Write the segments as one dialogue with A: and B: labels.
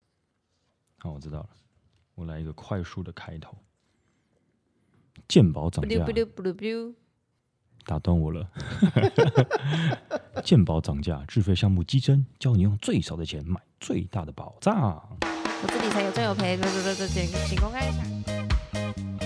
A: 哦好，我知道了，我来一个快速的开头。鉴宝涨
B: 不溜
A: 价
B: 不溜不溜不溜，
A: 打断我了， 鉴宝涨价，自费项目激增，教你用最少的钱买最大的宝藏。
B: 投资理财有赚有赔，不不不不，请请公开一下。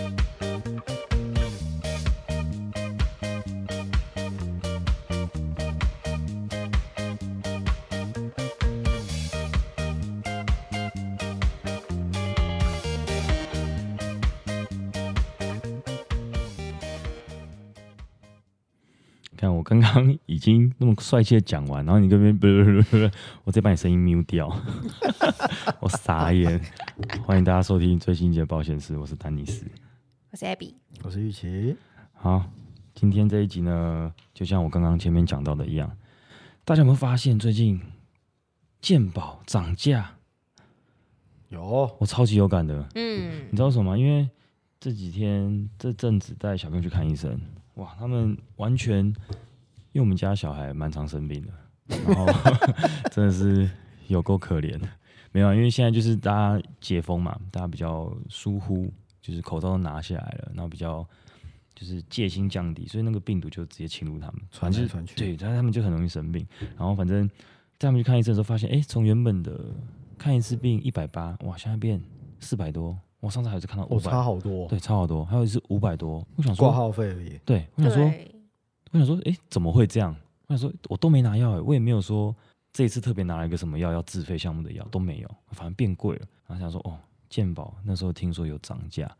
A: 看我刚刚已经那么帅气的讲完，然后你这边不不不不，我再把你声音 mute 掉， 我傻眼。欢迎大家收听最新一集的保险师，我是丹尼斯。
B: 我是 Abby，
C: 我是玉琪，
A: 好，今天这一集呢，就像我刚刚前面讲到的一样，大家有没有发现最近鉴宝涨价，
C: 有
A: 我超级有感的。
B: 嗯，
A: 你知道为什么吗？因为这几天这阵子带小朋友去看医生，哇，他们完全，因为我们家小孩蛮常生病的，然后 真的是有够可怜。没有啊，因为现在就是大家解封嘛，大家比较疏忽，就是口罩都拿下来了，然后比较就是戒心降低，所以那个病毒就直接侵入他们，反
C: 传
A: 正
C: 来
A: 就
C: 传去，
A: 对，但是他们就很容易生病。然后反正带他们去看医生的时候，发现哎，诶从原本的看一次病一百八，哇，现在变四百多。我上次还是看到
C: 哦，
A: 五百、
C: 差好多，
A: 对，差好多。还有一次五百多，我想
C: 挂
A: 说，
C: 号费而已，
A: 对，我想说，
B: 对，
A: 我想说，哎，怎么会这样？我想说，我都没拿药、诶欸我也没有说这一次特别拿了一个什么药要自费项目的药都没有，反正变贵了。然后想说，哦，健保那时候听说有涨价，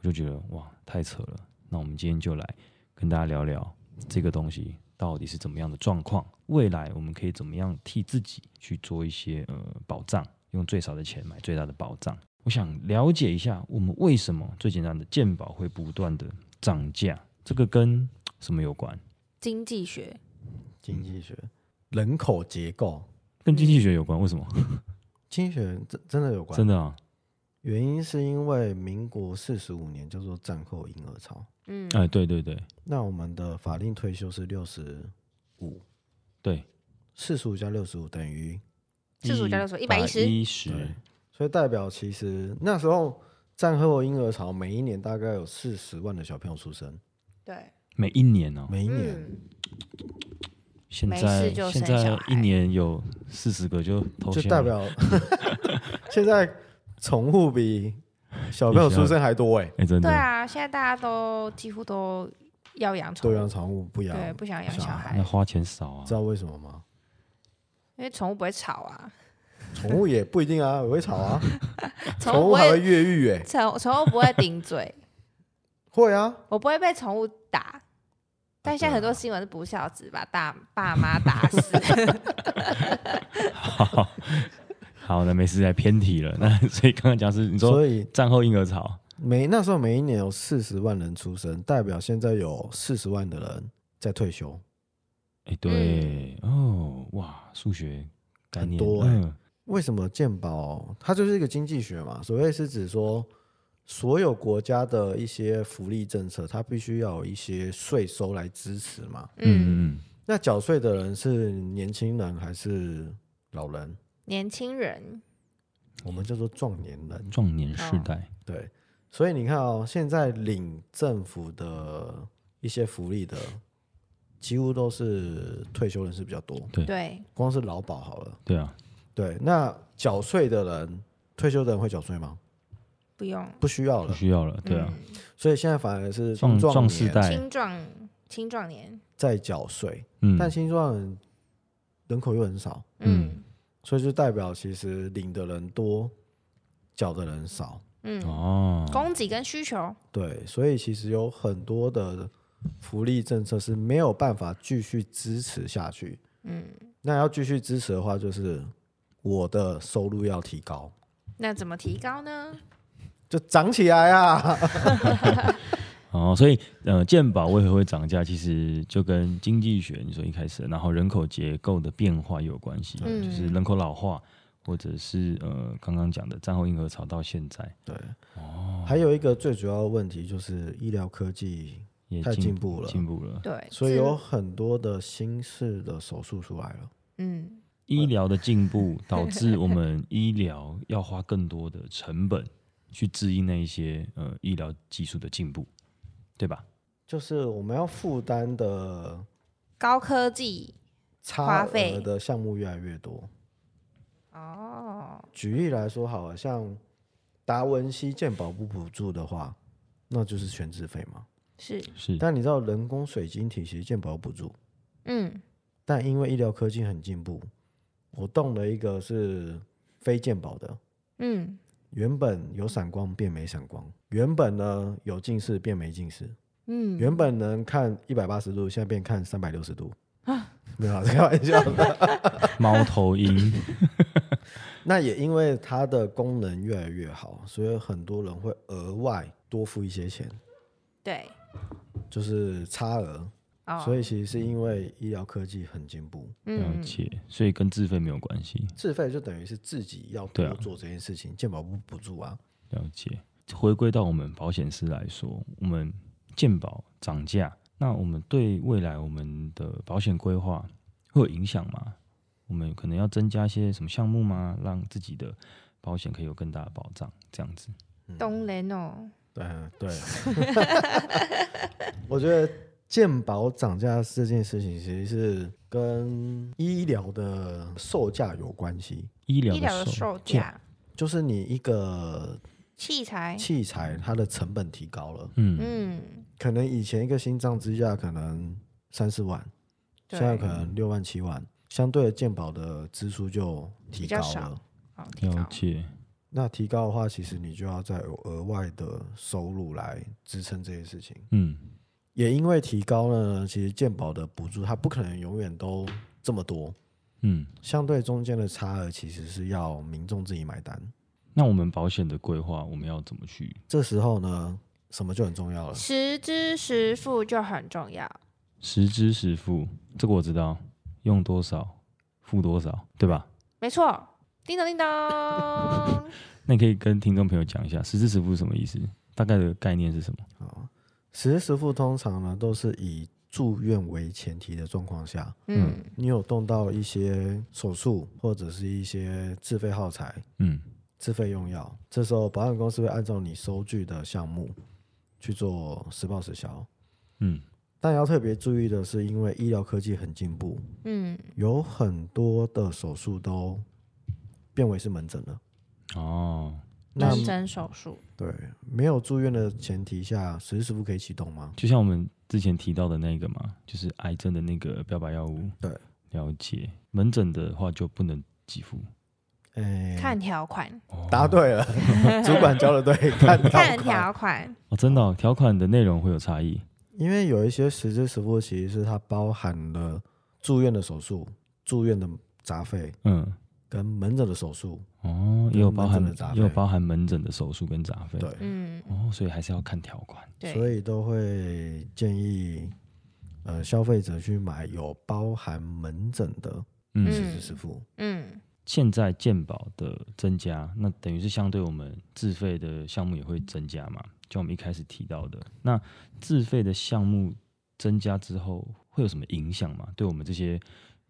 A: 我就觉得哇，太扯了。那我们今天就来跟大家聊聊这个东西到底是怎么样的状况，未来我们可以怎么样替自己去做一些呃保障，用最少的钱买最大的保障。我想了解一下，我们为什么最简单的健保会不断的涨价？这个跟什么有关？
B: 经济学，
C: 经济学、
A: 嗯
C: 人口结构、
A: 跟经济学有关？为什么？
C: 经济学真真的有关，
A: 真的啊？
C: 原因是因为民国四十五年叫做战后婴儿潮，
B: 嗯，
A: 哎，对对对
C: 那我们的法定退休是六十五，
A: 对，
C: 四十五加六十五等于，
B: 45加65
A: 一
C: 对
A: 十，
C: 所以代表其实那时候战后婴儿潮每一年大概有四十万的小朋友出生，
B: 对，
A: 每一年哦。
C: 每一年。
B: 嗯，
A: 现
B: 没
A: 在
B: 事就
A: 现
B: 生小
A: 在
B: 孩
A: 一年有四十个就投
C: 就
A: 降
C: 代
A: 了
C: 表现在宠物比小朋友出生还多哎、
A: 哎，真
B: 对
A: 的。
B: 啊，现在大家都几乎都要养宠
C: 都养
B: 物，
C: 啊宠物不养，
B: 对，不想养
C: 小
B: 小
C: 孩
B: 孩
A: 那，花钱少啊
C: 知，道为什么吗？
B: 因为宠物不会吵啊，
C: 宠物也不一定啊，也会吵啊，
B: 宠
C: 宠
B: 物
C: 物
B: 不
C: 还会
B: 会，
C: 越狱哎、
B: 宠 宠物不会顶嘴，
C: 会啊，
B: 我不会被宠物打。但现在很多新闻是不孝子把大爸妈打死，
A: 好， 好的，没事，来偏题了。 那所以刚刚讲是你说
C: 所以
A: 战后婴儿潮，
C: 每那时候每一年有四十万人出生，代表现在有四十万的人在退休，
A: 哎，对，哦，哇，数学概念
C: 很多哎
A: 嗯
C: 为什么健保它就是一个经济学嘛？所谓是指说，所有国家的一些福利政策，它必须要有一些税收来支持嘛。
B: 嗯，
A: 嗯嗯
C: 那缴税的人是年轻人还是老人？
B: 年轻人，
C: 我们叫做壮年人
A: 嗯，。壮年世代，
C: 对，所以你看哦，现在领政府的一些福利的，几乎都是退休人士比较多，
A: 对
B: 对，
C: 光是劳保好了。
A: 对啊，
C: 对，那缴税的人，退休的人会缴税吗？
B: 不用，
C: 不需要
A: 不
C: 了。
A: 需要了，对啊，
C: 所以现在反而是
A: 壮
C: 嗯壮
A: 壮世
C: 年
A: 代，
B: 青壮青壮年，
C: 在缴税，
A: 嗯，
C: 但青壮人人口又很少，
B: 嗯
C: 所以就代表其实领的人多，缴的人少。
B: 嗯，
A: 哦，
B: 供给跟需求，
C: 对，所以其实有很多的福利政策是没有办法继续支持下去。
B: 嗯，
C: 那要继续支持的话，就是我的收入要提高，
B: 那怎么提高呢？
C: 就涨起来啊！
A: 哦，所以呃，健保为何会涨价，其实就跟经济学你说一开始，然后人口结构的变化也有关系，
B: 嗯
A: 就是人口老化，或者是呃刚刚讲的战后婴儿潮到现在
C: 对，还有一个最主要的问题就是医疗科技，
A: 也
C: 太进步了
A: 进步了，
B: 对，
C: 所以哦
B: 自
C: 有很多的新式的手术出来了。
B: 嗯
A: 医疗的进 步导致我们医疗要花更多的成本去制应那一些呃医疗技术的进步，对吧？
C: 就是我们要负担的
B: 高科技
C: 差
B: 花
C: 额
B: 费
C: 的项目越来越多。
B: 哦，
C: 举例来说，好了，像达文西健保不补助的话，那就是全自费嘛。
B: 是，
A: 是，
C: 但你知道人工水晶体其实健保有补助，
B: 嗯，
C: 但因为医疗科技很进步，我动了一个是非健保的，
B: 嗯，
C: 原本有闪光变没闪光，原本呢有近视变没近视，
B: 嗯，
C: 原本能看一百八十度，现在变看三百六十度。没有啊，开玩笑的。
A: 猫头 鹰
C: 那也因为它的功能越来越好，所以很多人会额外多付一些钱，
B: 对，
C: 就是差额。
B: 哦，
C: 所以其实是因为医疗科技很进步，
A: 了
B: 嗯，
A: 解，所以跟自费没有关系。
C: 自费就等于是自己要
A: 对
C: 多
A: 啊
C: 做这件事情，健保不补助啊。
A: 了解。回归到我们保险师来说，我们健保涨价，那我们对未来我们的保险规划会有影响吗？我们可能要增加一些什么项目吗？让自己的保险可以有更大的保障，这样子。
B: 东联哦，
C: 对对， 我觉得健保涨价这件事情，其实是跟医疗的售价有关系。
A: 医疗
B: 医疗的售
A: 售价，
B: 价、
C: 就是你一个
B: 器材，
C: 器材，它的成本提高了，
A: 嗯，
B: 嗯，
C: 可能以前一个心脏支架可能三四万，现在
B: 对
C: 可，能六万七万，相对的健保的支出就提
B: 比较
C: 高
B: 少
C: 了。
B: 哦，提
A: 了
B: 高，
A: 解。
C: 那提高的话，其实你就要再有额外的收入来支撑这件事情。
A: 嗯，
C: 也因为提高了呢，其实健保的补助它不可能永远都这么多，
A: 嗯，
C: 相对中间的差额其实是要民众自己买单。
A: 那我们保险的规划，我们要怎么去
C: 这时候呢，什么就很重要了。
B: 实支实付就很重要，
A: 实支实付？这个我知道，用多少付多少，对吧？
B: 没错，叮咚叮 咚，
A: 那你可以跟听众朋友讲一下实支实付是什么意思，大概的概念是什么？
C: 啊，实支实付通常呢都是以住院为前提的状况下，
B: 嗯，
C: 你有动到一些手术或者是一些自费耗材、
A: 嗯，
C: 自费用药，这时候保险公司会按照你收据的项目去做实报实销。
A: 嗯，
C: 但要特别注意的是，因为医疗科技很进步，
B: 嗯，
C: 有很多的手术都变为是门诊了。
A: 哦，
C: 那
B: 门诊手术，
C: 对没有住院的前提下，实支实付可以启动吗？
A: 就像我们之前提到的那个嘛，就是癌症的那个标靶药物。
C: 对，
A: 了解。门诊的话就不能给付。
C: 哎，
B: 看条款，
C: 答对了， 主管教 的对，看
B: 看
C: 条款
B: 条款，
A: 哦，真的哦、条款的内容会有差异。
C: 因为有一些实支实付其实是它包含了住院的手术、住院的杂费
A: 嗯，
C: 跟门诊的手术，
A: 哦，也有包含
C: 门诊的杂费
A: 也有包含门诊的手术跟杂费。
C: 对，，
B: 嗯，
A: 哦，所以还是要看条款。
C: 所
B: 对，
C: 以都会建议呃消费者去买有包含门诊的
A: 嗯，
C: 实支实付。
B: 嗯，
A: 现在健保的增加，那等于是相对我们自费的项目也会增加嘛？就我们一开始提到的，那自费的项目增加之后会有什么影响吗？对我们这些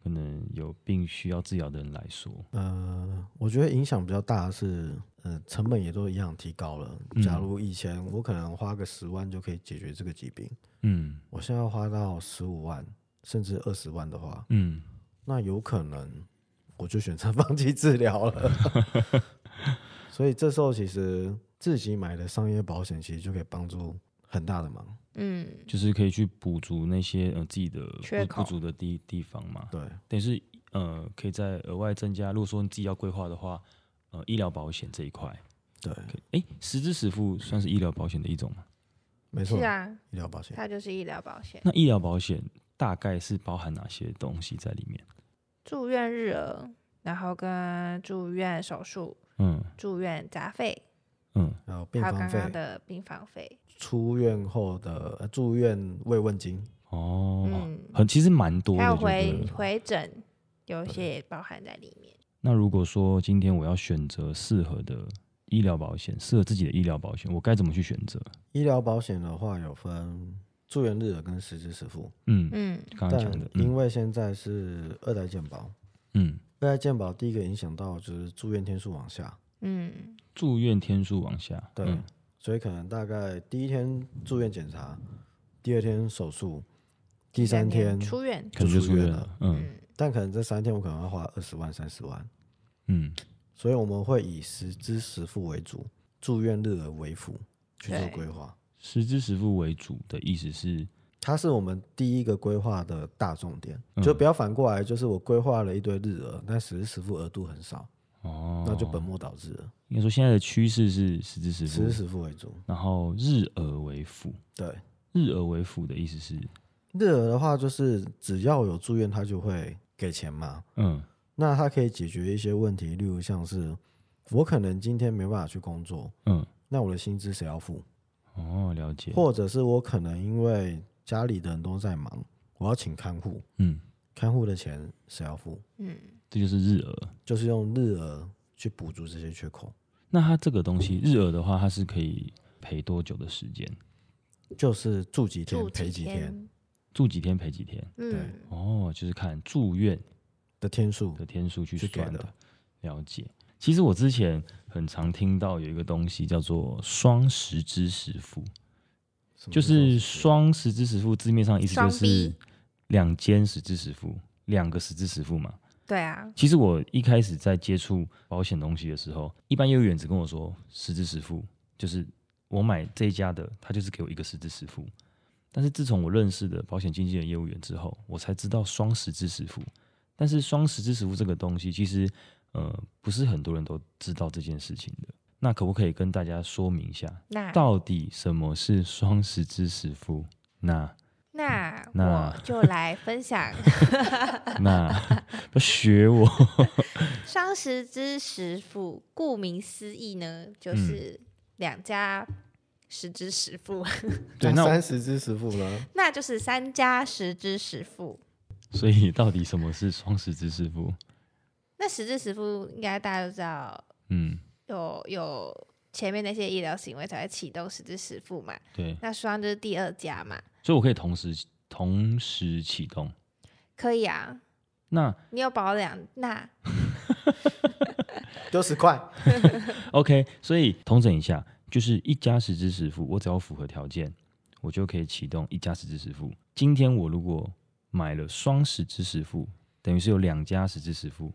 A: 可能有病需要治疗的人来说，
C: 呃，我觉得影响比较大的是，呃，成本也都一样提高了。假
A: 嗯
C: 如以前我可能花个十万就可以解决这个疾病，
A: 嗯
C: 我现在要花到十五万甚至二十万的话，
A: 嗯，
C: 那有可能我就选择 放弃治疗了。所以这时候其实自己买的商业保险其实就可以帮助很大的忙。
B: 嗯，
A: 就是可以去补足那些呃自己的
B: 缺
A: 不
B: 口
A: 不足的地地方嘛，
C: 对，
A: 等于是呃可以再额外增加。如果说你自己要规划的话，呃医疗保险这一块，
C: 对，
A: 诶，实支实付算是医疗保险的一种吗？
C: 没错，
B: 是啊，
C: 医疗保险
B: 它就是医疗保险，
A: 那医疗保险大概是包含哪些东西在里面？
B: 住院日额，然后跟住院手术、
A: 嗯
B: 住院杂费，
A: 嗯，
C: 还有病
B: 还有
C: 房
B: 刚
C: 费、
B: 刚的病房费，
C: 出院后的、呃住院慰问金。
A: 哦，
B: 嗯
A: 很其实蛮多
B: 还有
A: 的，对
B: 回
A: 了。
B: 回诊，有一些也包含在里面。
A: 那如果说今天我要选择适合的医疗保险，适合自己的医疗保险，我该怎么去选择？
C: 医疗保险的话有分住院日额跟实支实付，
A: 嗯，
B: 嗯
A: 刚刚
C: 但
A: 讲的，
C: 因
A: 嗯
C: 为现在是二代健保，
A: 嗯
C: 热爱健保第一个影响到就是住院天数往下，
B: 嗯，
A: 住院天数往下，
C: 对，
A: 嗯
C: 所以可能大概第一天住院检查，第二天手术，第三天，
B: 出院，
A: 可能就
C: 就出
A: 出院
C: 院
A: 了
C: 了。
A: 嗯
C: 但可能这三天我可能要花二十万、三十万，
A: 嗯，
C: 所以我们会以实支实付为主，住院日额为辅去做
B: 对
C: 规划。
A: 实支实付为主的意思是，
C: 它是我们第一个规划的大重点，
A: 嗯
C: 就不要反过来，就是我规划了一堆日额，但实支实付额度很少，
A: 哦，
C: 那就本末倒置了，
A: 应该说现在的趋势是实支实
C: 实支
A: 付，
C: 实付为主。
A: 然后日额为辅。
C: 对，
A: 日额为辅的意思是，
C: 日额的话，就是只要有住院，他就会给钱嘛。
A: 嗯
C: 那它可以解决一些问题，例如像是我可能今天没办法去工作，
A: 嗯，
C: 那我的薪资谁要付？
A: 哦，了解，
C: 或者是我可能因为家里的人都在忙，我要请看护，
A: 嗯，
C: 看护的钱谁要付？
B: 嗯，
A: 这就是日额。
C: 就是用日额去补足这些缺口。
A: 那它这个东西日额的话，它是可以赔多久的时间？
C: 就是住几天
B: 住
C: 赔
B: 几
C: 几天，
A: 住几天赔几天？
B: 嗯，
A: 哦，就是看住院
C: 的天数
A: 的，天数去
C: 去给
A: 算
C: 的
A: 的。了解。其实我之前很常听到有一个东西叫做双十支实付，
C: 什么
A: 就是
C: 叫
A: 双十支实付字面上意思就
B: 双
A: 是
B: B
A: 两间十支实付，两个十支实付嘛。
B: 对啊，
A: 其实我一开始在接触保险东西的时候，一般业务员只跟我说实支实付，就是我买这一家的，他就是给我一个实支实付。但是自从我认识的保险经纪人业务员之后，我才知道双实支实付。但是双实支实付这个东西，其实呃不是很多人都知道这件事情的。那可不可以跟大家说明一下，
B: 那
A: 到底什么是双实支实付？那
B: 那
A: 那
B: 我就来分享
A: 那 不要学我，
B: 双十之十付，顾名思义呢，就是两家十之十付，
A: 对那
C: 那
A: 我
C: 三十支十付呢？
B: 那就是三家十之十付。
A: 所以到底什么是双十支实付？
B: 那十之十付应该大家都知道，
A: 嗯，
B: 有有前面那些医疗行为才会启动十之十付嘛。
A: 对，
B: 那双就是第二家嘛，
A: 所以我可以同时同时启动。
B: 可以啊。
A: 那
B: 你有保两那
C: 六十块，
A: OK，所以同整一下，就是一家十支十付，我只要符合条件，我就可以启动一家十支十付。今天我如果买了双十支十付，等于是有两家十支十付，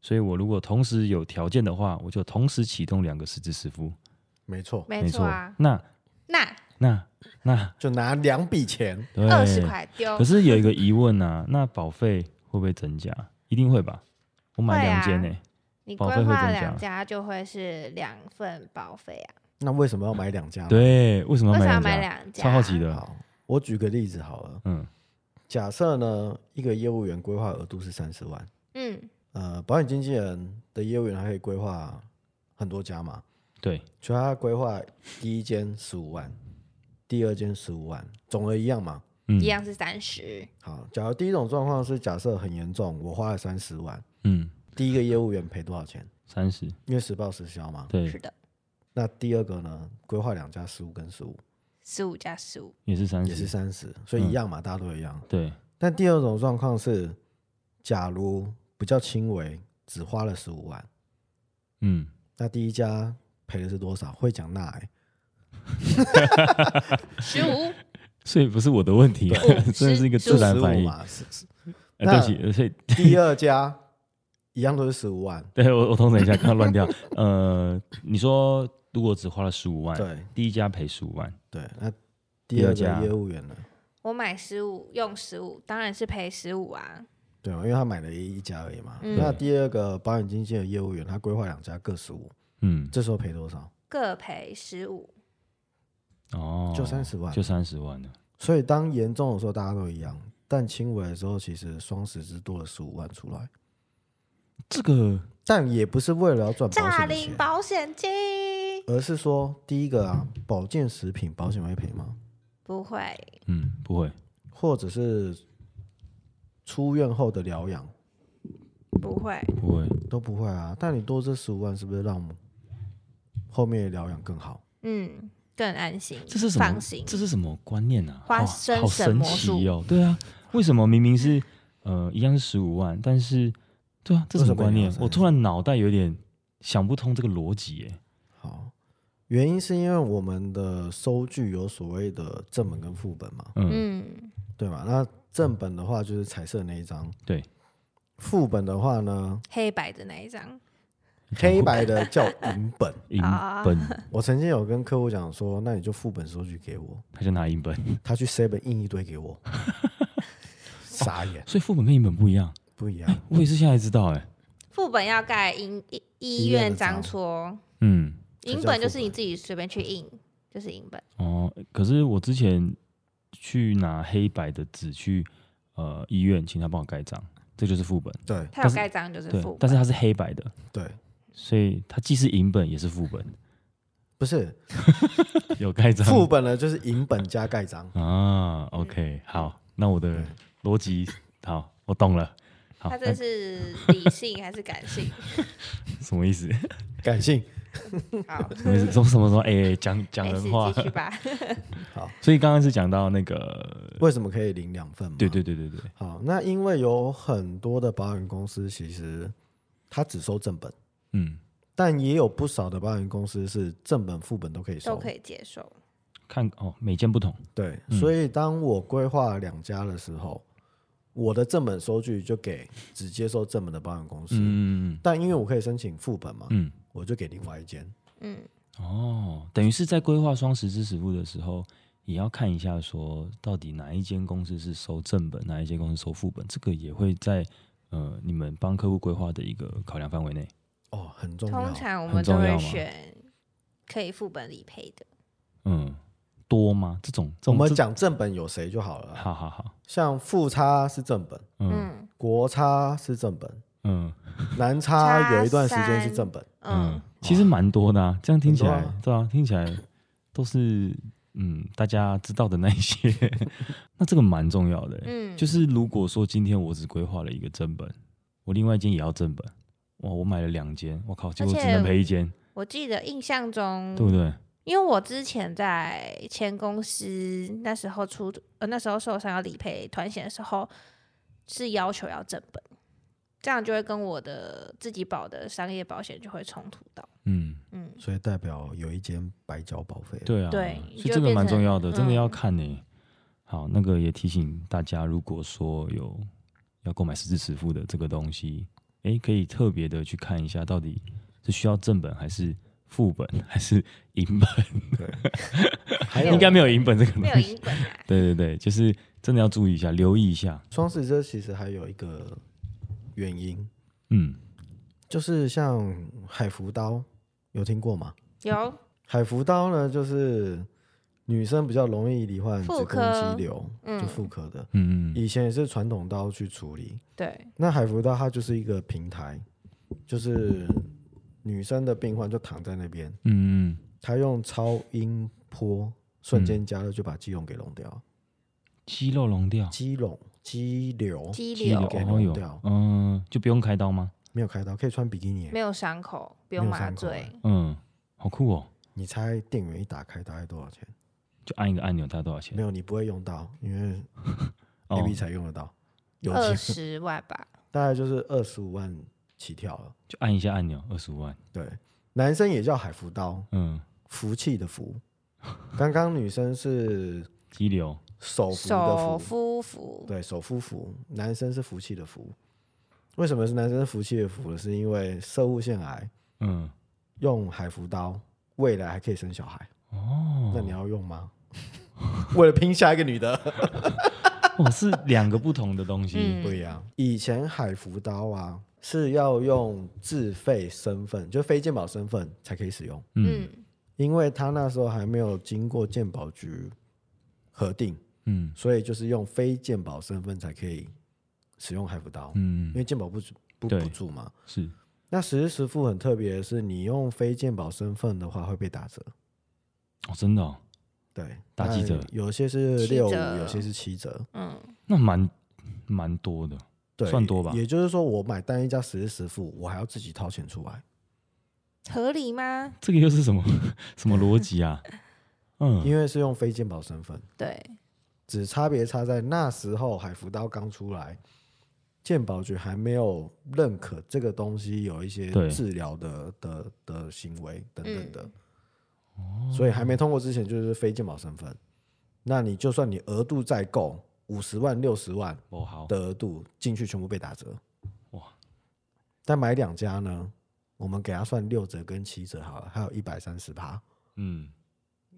A: 所以我如果同时有条件的话，我就同时启动两个十支十付。
C: 没错，
B: 没错啊，
A: 那
B: 那
A: 那那
C: 就拿两笔钱，
A: 对，
B: 二十。块丢
A: 哎可，是有一个疑问啊，那保费会不会增加？一定会吧？我买
B: 会
A: 两
B: 啊
A: 间欸呢、
B: 你
A: 保
B: 规
A: 费会
B: 划
A: 增加
B: 两家就会是两份保费啊。
C: 那为什么要买两家？，
A: 对，为什么
B: 为
A: 要买
B: 什么要
A: 两
B: 买
A: 家？
B: 两家？
A: 超好奇的。
C: 啊好，我举个例子好了。
A: 嗯
C: 假设呢，一个业务员规划额度是三十万，
B: 嗯，
C: 呃，保险经纪人的业务员还可以规划很多家嘛，，
A: 对，
C: 所以他规划第一间十五万，第二间十五万，总额一样嘛。
A: 嗯，
B: 一样是三十。
C: 好，假如第一种状况是假设很严重，我花了三十万，
A: 嗯，
C: 第一个业务员赔多少钱？
A: 三十，
C: 因为实报实销嘛。
A: 对
B: 是，的，
C: 那第二个呢，规划两家十五跟十五，
B: 十五加十五，
A: 也嗯是三
C: 也是
A: 十，
C: 三十，所以一样嘛，大家都一样。
A: 对，
C: 但第二种状况是，假如比较轻微，只花了十五万。
A: 嗯，
C: 那第一家赔的是多少？会讲那、欸，
B: 十五
A: 所以不是我的问题， 真的是一个自然
C: 15
A: 反应。
C: 嘛。是是
A: 哎对不起，所以
C: 第二家一样都是十五万，
A: 对我我统整一下，刚刚乱掉。 呃，你说如果只花了十五 万，
C: 对
A: 第一家赔十五万，
C: 对。那第二
A: 第二
C: 家
A: 家
C: 业务员呢？
B: 我买十五用十五，当然是赔十五啊。
C: 对嘛，因为他买了一家而已嘛。
B: 嗯
C: 那第二个保险经纪的业务员，他规划两家各十五，
A: 嗯，
C: 这时候赔多少？
B: 各赔十五，
A: 哦，
C: 就30万
A: 就三十万了。
C: 所以当严重的时候大家都一样，但轻微的时候其实双十只多了十五万出来，
A: 这个
C: 但也不是为了要赚保
B: 诈
C: 险的
B: 领
C: 钱，
B: 保险金
C: 而是说第一个啊，保健食品保险会赔吗？
B: 不会，
A: 嗯不会，
C: 或者是出院后的疗养
B: 不会，
A: 不会，
C: 都不会啊。但你多这十五万，是不是让我们后面的疗养更好？
B: 嗯，更安心，
A: 这是什么
B: 放心？
A: 这是什么观念啊？
B: 花
A: 好
B: 生
A: 好
B: 神
A: 神
B: 魔
A: 奇哦！对啊，为什么明明是呃一样是十五万，但是对啊，这什么
C: 为什么
A: 观
C: 你要
A: 念？
C: 这
A: 我
C: 样
A: 突然脑袋有点想不通这个逻辑耶。
C: 好，原因是因为我们的收据有所谓的正本跟副本嘛，
A: 嗯，
B: 嗯，
C: 对吧？那正本的话就是彩色那一张，
A: 对，
C: 副本的话呢，
B: 黑白的那一张，
C: 黑白的叫银本。
A: 银
B: 啊
A: 本，
C: 我曾经有跟客户讲说，那你就副本收据给我，
A: 他就拿银本，
C: 他去 seven 印一堆给我，傻眼，
A: 所以副本跟银本不一样。
C: 不一样。
A: 我也是现在知道，哎，
B: 副本要盖医医医
C: 医院
B: 院
C: 的章
B: 章戳，
A: 嗯，
C: 才
B: 银
C: 叫
B: 本就
C: 副
B: 是你
C: 本
B: 自己随便去印，就是银本。
A: 哦，可是我之前去拿黑白的纸去呃医院，请他帮我盖章，这就是副本。
C: 对
B: 它
A: 但
B: 有
A: 是
B: 盖章就是
A: 对
B: 副，本，
A: 但是它是黑白的，
C: 对，
A: 所以它既是银本也是副本，
C: 不是
A: 有盖章。
C: 副本呢，就是银本加盖章。
A: 啊，OK，好，那我的
C: 对
A: 逻辑好，我懂了。好，
B: 它
A: 那
B: 这是理性还是感 性？
A: 什么意思？
C: 感性
B: 好，
A: 什么意思？什么什么什么？哎、讲讲
B: 没事，
A: 人话。
B: 继续吧。
C: 好，
A: 所以刚刚是讲到那个，
C: 为什么可以领两份嘛？
A: 对对对对对，
C: 好，那因为有很多的保险公司其实它只收正本，
A: 嗯，
C: 但也有不少的保险公司是正本副本都可以收。
B: 都可以接受。
A: 看哦，每件不同，
C: 对，
A: 嗯
C: 所以当我规划两家的时候，我的正本收据就给只接受正本的保险公司，
A: 嗯嗯
C: 但因为我可以申请副本嘛，
A: 嗯
C: 我就给另外一间。
B: 嗯，
A: 嗯，哦，等于是在规划双十支实付的时候，也要看一下说到底哪一间公司是收正本，哪一间公司收副本，这个也会在呃你们帮客户规划的一个考量范围内。
C: 哦，很重要
B: 通。常我
A: 很
B: 们都
A: 重要
B: 会
A: 吗
B: 选可以副本理赔的。
A: 嗯，多吗？这种这种
C: 我们
A: 这
C: 讲正本有谁就好了啦，
A: 好好好，
C: 像副差是正本，
A: 嗯
B: 嗯
C: 国差是正本，
A: 嗯
C: 南差
B: 差
C: 有一段时间是正本。
A: 嗯
B: 嗯，，
A: 其实蛮多的啊，这样听起来
C: 很多啊，
A: 对啊，听起来都是嗯大家知道的那一些， 那这个蛮重要的欸、
B: 嗯
A: 就是如果说今天我只规划了一个正本，我另外一间也要正本，哇，我买了两间，我靠，结果
B: 而
A: 只
B: 且嗯
A: 能赔一间，
B: 我记得印象中
A: 对，不对？
B: 因为我之前在前公司那时候出呃那时候受伤要理赔团险的时候，是要求要正本，这样就会跟我的自己保的商业保险就会冲突到。
A: 嗯，
B: 嗯，
C: 所以代表有一间白缴保费。，
A: 对啊，
B: 对
A: 所以
B: 就
A: 这个
B: 变
A: 蛮重
B: 成
A: 要的，真的要
B: 嗯
A: 看呢、好，那个也提醒大家，如果说有要购买实质实付的这个东西，诶，可以特别的去看一下，到底是需要正本还是副本还是银 本？
C: 还
B: 没有
A: 应
C: 有
A: 该没有银本这个东
B: 没有
A: 西。，
B: 银本啊
A: 对对对，就是真的要注意一下，留意一下。
C: 双十车其实还有一个原因，
A: 嗯，
C: 就是像海服刀，有听过吗？
B: 有
C: 海服刀呢，就是女生比较容易罹患子
B: 妇
C: 宫
B: 科
C: 肌瘤，
B: 嗯
C: 就妇科的。
A: 嗯嗯
C: 以前也是传统刀去处理，
B: 对，
C: 那海服刀它就是一个平台，就是女生的病患就躺在那边，
A: 嗯嗯，
C: 她用超音波瞬间加热就把肌溶给溶掉，
A: 肌肉溶掉，
C: 肌溶肌瘤
B: 肌
A: 肌
B: 瘤
A: 瘤
C: 给
A: 哦
C: 溶
A: 有
C: 掉，
A: 嗯，就不用开刀吗？
C: 没有开刀，可以穿比基尼。
B: 没有伤口，不用
C: 没有
B: 麻
C: 伤口啊
B: 醉，
A: 嗯，好酷哦，
C: 你猜店员一打开大概多少钱？
A: 就按一个按钮，大概多少钱
C: 没？有，你不会用到，因为
A: 哦
C: A B 才用得到，有
B: 二
C: 钱
B: 十万吧，
C: 大概就是二十五万起跳了。
A: 就按一下按钮，二十五万。
C: 对，男生也叫海服刀，
A: 嗯，
C: 福气的福。刚刚女生是
A: 肌瘤。
C: 手扶的
B: 首
C: 扶，
B: 夫服，
C: 对，手夫福。男生是福气的福。为什么是男生是福气的福呢？是因为射护腺癌
A: 嗯，
C: 用海服刀，未来还可以生小孩。
A: 哦，
C: 那你要用吗？为了拼下一个女的，
A: 哦是两个不同的东西。
B: 嗯
C: 不一样。以前海服刀啊是要用自费身份，就非健保身份才可以使用。
A: 嗯
B: 嗯
C: 因为他那时候还没有经过鉴宝局核定，
A: 嗯
C: 所以就是用非鉴宝身份才可以使用海服刀，
A: 嗯
C: 因，为鉴宝不不
A: 对
C: 不住嘛。
A: 是
C: 那实时实付很特别的是，你用非鉴宝身份的话会被打折，
A: 哦，真的、哦，
C: 对，
A: 打几折
C: 但有些是
B: 七
C: 六五，
B: 折
C: 有些是七折，
B: 嗯，
A: 那蛮蛮多的。
C: 对，
A: 算多吧
C: 也就是说，我买单一家实时实付，我还要自己掏钱出来，
B: 嗯合理吗？
A: 这个又是什么 什么逻辑啊？嗯，
C: 因为是用非鉴宝身份，
B: 对，
C: 只差别差在那时候海服刀刚出来，健保局还没有认可这个东西有一些
A: 对
C: 治疗的的的行为等
B: 嗯
C: 等的，
A: 哦
C: 所以还没通过之前就是非健保身份。那你就算你额度再够五十万六十万
A: 哦好，
C: 的额度进去，全部被打折。
A: 哇！
C: 但买两家呢，我们给他算六折跟七折好了，还有一百三十趴，
A: 嗯，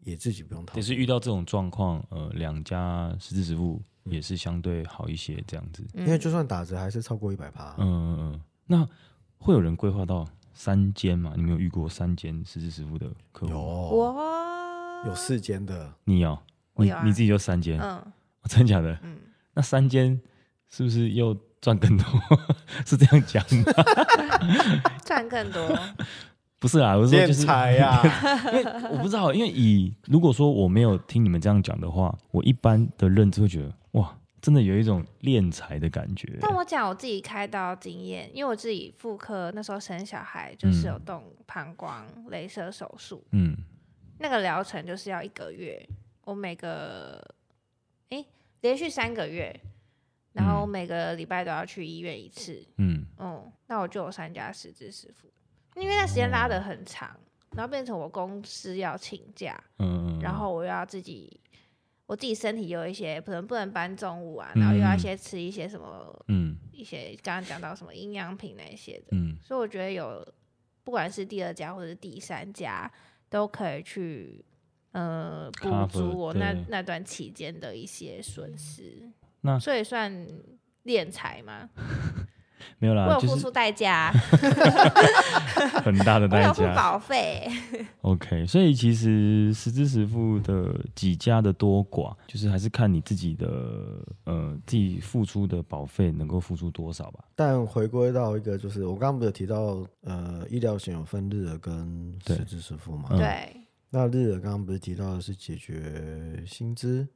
C: 也自己不用掏
A: 也。是遇到这种状况，呃，两家实质支付也是相对好一些这样子。
B: 因
C: 因为就算打折还是超过一百趴，
A: 嗯嗯嗯，那会有人规划到三间嘛？你们有遇过三间实质支付的客户？
C: 有
B: 我
C: 有四间的，
A: 你有，
B: 我
A: 你、
B: 有啊
A: 你自己就三间、
B: 嗯
A: 哦 真假的？
B: 嗯，
A: 那三间是不是又赚更多？ 是这样讲吗？
B: 赚更多，
A: 不是啊，我是说
C: 敛
A: 就是
C: 财 呀，
A: 我不知道，因为以如果说我没有听你们这样讲的话，我一般的认知会觉得，哇，真的有一种敛财的感觉。
B: 但我讲我自己开刀经验，因为我自己妇科那时候生小孩就是有动膀胱镭射手术，
A: 嗯，
B: 那个疗程就是要一个月，我每个诶连续三个月，然后
A: 嗯
B: 每个礼拜都要去医院一次。
A: 嗯，
B: 嗯，那我就有三家实支实付，因为那时间
A: 哦
B: 拉得很长，然后变成我公司要请假，
A: 嗯，
B: 然后我又要自己，我自己身体有一些可能不能搬重物啊，然后又要
A: 嗯
B: 一些吃一些什么
A: 嗯
B: 一些刚刚讲到什么营养品那一些的，
A: 嗯
B: 所以我觉得有不管是第二家或者是第三家都可以去呃补
A: Cover，
B: 足我那
A: 对
B: 那段期间的一些损失，
A: 那
B: 所以算敛财嘛，
A: 没有
B: 我
A: 啦，
B: 有
A: 啊就
B: 付
A: 是
B: 出代价，
A: 很大的
B: 我
A: 代
B: 有付
A: 价。
B: 保费，
A: OK，所以其实实支实付的几家的多寡，就是还是看你自己的呃自己付出的保费能够付出多少吧。
C: 但回归到一个，就是我刚刚不是有提到，呃，医疗险有分日额跟
A: 对
C: 实支实付嘛？
A: 嗯
B: 对，
C: 那日额刚刚不是提到的是解决薪资、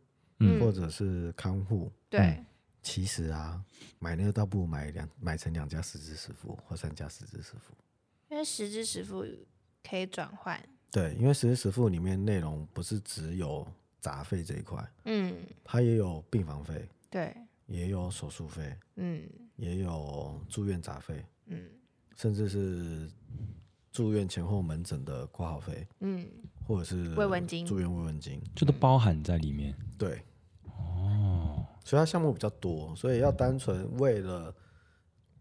A: 嗯
C: 或者是看护？
B: 对，
C: 其实啊，买那个倒不如买两买成两家实支实付或三家实支实付。
B: 因为实支实付可以转换，
C: 对，因为实支实付里面内容不是只有杂费这一块，
B: 嗯，
C: 它也有病房费，
B: 对，
C: 也有手术费，
B: 嗯
C: 也有住院杂费，
B: 嗯
C: 甚至是住院前后门诊的挂号费。
B: 嗯，
C: 或者是
B: 慰问金
C: 住院慰问金，
A: 就都包含在里面。
C: 对，
A: 哦，
C: 所以它项目比较多，所以要单纯为了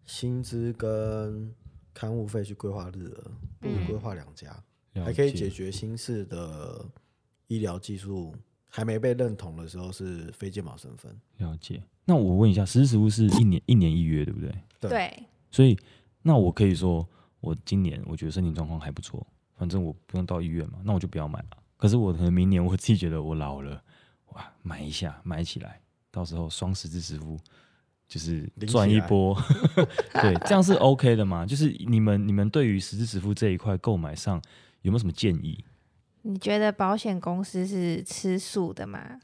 C: 薪资跟刊物费去规划日额，不如规划两家，
A: 了
C: 嗯还可以
A: 解
C: 解决新式的医疗技术还没被认同的时候是非健保身份，
A: 了解。那我问一下，实支实付是一年一年一约，对不对？
C: 对
B: 对，
A: 所以，那我可以说，我今年我觉得身体状况还不错，反正我不用到医院嘛，那我就不要买了。可是我可能明年我自己觉得我老了，哇，买一下，买起来，到时候双十字支付就是
C: 拎起
A: 赚一
C: 来
A: 波，对，这样是 OK 的嘛？就是你们你们对于十字支付这一块购买上有没有什么建议？
B: 你觉得保险公司是吃素的吗？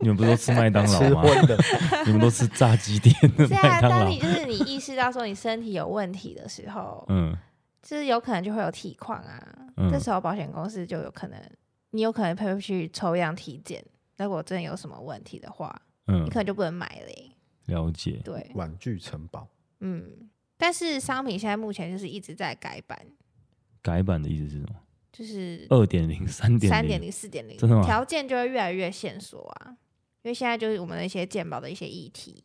A: 你们不是都吃麦当劳
C: 吃
A: 吗？
C: 荤的，
A: 你们都吃炸鸡店的
B: 是
A: 麦
B: 啊，
A: 当
B: 当
A: 劳
B: 你？就是你意识到说你身体有问题的时候，
A: 嗯，
B: 就是有可能就会有体况啊。
A: 嗯
B: 这时候保险公司就有可能，你有可能配去抽样体检。如果真的有什么问题的话，
A: 嗯
B: 你可，能就不能买嘞、
A: 了解。
B: 对，
C: 玩具城堡，
B: 嗯。但是商品现在目前就是一直在改版，
A: 改版的意思是什么？
B: 就是
A: 二点零、三点
B: 嗯三点
A: 零，
B: 零、四点零
A: 真的，吗
B: 条件就会越来越线索啊。因为现在就是我们的一些健保的一些议题，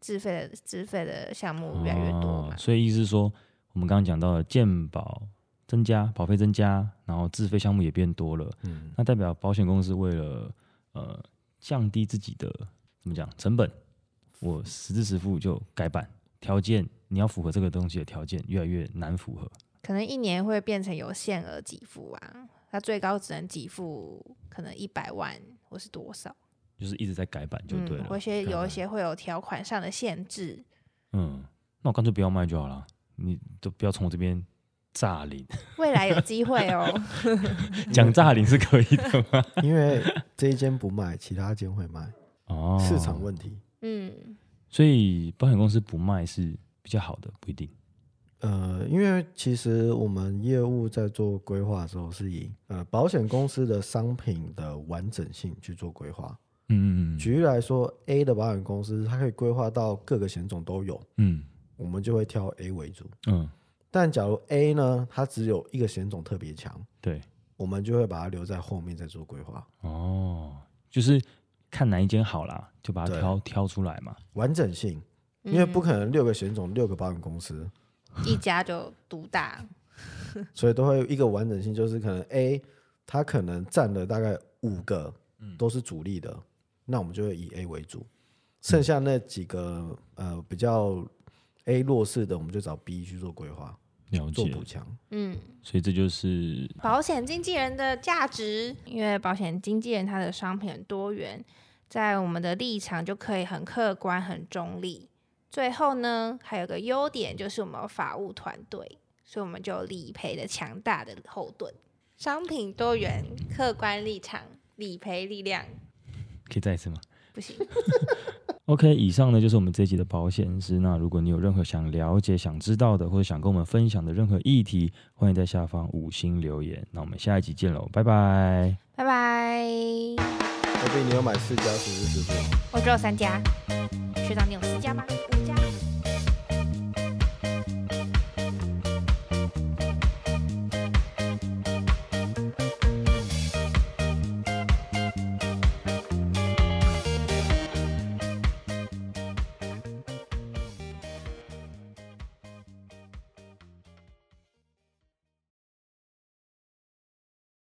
B: 自费的自费的项目越来越多
A: 哦。
B: 嘛
A: 所以意思是说，我们刚刚讲到的健保增加，保费增加，然后自费项目也变多了，
C: 嗯，
A: 那代表保险公司为了呃降低自己的怎么讲成本，我实支实付就改版条件，你要符合这个东西的条件越来越难符合。
B: 可能一年会变成有限额给付啊，它最高只能给付可能一百万或是多少，
A: 就是一直在改版就对啊了
B: 嗯，或，一些
C: 可
B: 有一
C: 能
B: 些会有条款上的限制，
A: 嗯那我干脆不要卖就好了，你都不要从我这边诈领，
B: 未来有机会哦，
A: 讲诈领是可以的吗？
C: 因为这一间不卖，其他间会卖，
A: 哦，
C: 市场问题，
B: 嗯，
A: 所以保险公司不卖是比较好的，不一定。
C: 呃，因为其实我们业务在做规划的时候，是以呃保险公司的商品的完整性去做规划。
A: 嗯嗯嗯
C: 举例来说，A 的保险公司它可以规划到各个险种都有，
A: 嗯
C: 我们就会挑 A 为主。
A: 嗯，
C: 但假如 A 呢，它只有一个险种特别强，
A: 对，
C: 我们就会把它留在后面再做规划。
A: 哦，就是看哪一间好啦，就把它
C: 对
A: 挑挑出来嘛。
C: 完整性，因为不可能六个险种、六个保险公司，
B: 一家就独大，
C: 所以都会有一个完整性，就是可能 A 它可能占了大概五个，
A: 嗯
C: 都是主力的，那我们就会以 A 为主，剩下那几个呃比较 A 弱势的，我们就找 B 去做规划，
A: 了
C: 做
A: 解，
C: 补强。
B: 嗯，
A: 所以这就是
B: 保险经纪人的价值，因为保险经纪人他的商品很多元，在我们的立场就可以很客观、很中立。最后呢，还有个优点就是我们有法务团队，所以我们就有理赔的强大的后盾。商品多元、客观立场、理赔力量，
A: 可以再一次吗？
B: 不行，
A: OK，以上呢就是我们这一集的保险师。那如果你有任何想了解、想知道的，或者想跟我们分享的任何议题，欢迎在下方五星留言。那我们下一集见喽，拜拜。
B: 拜拜。
C: 那 B 你有买四家十四十部吗？
B: 我只有三家，学长你有四家吗？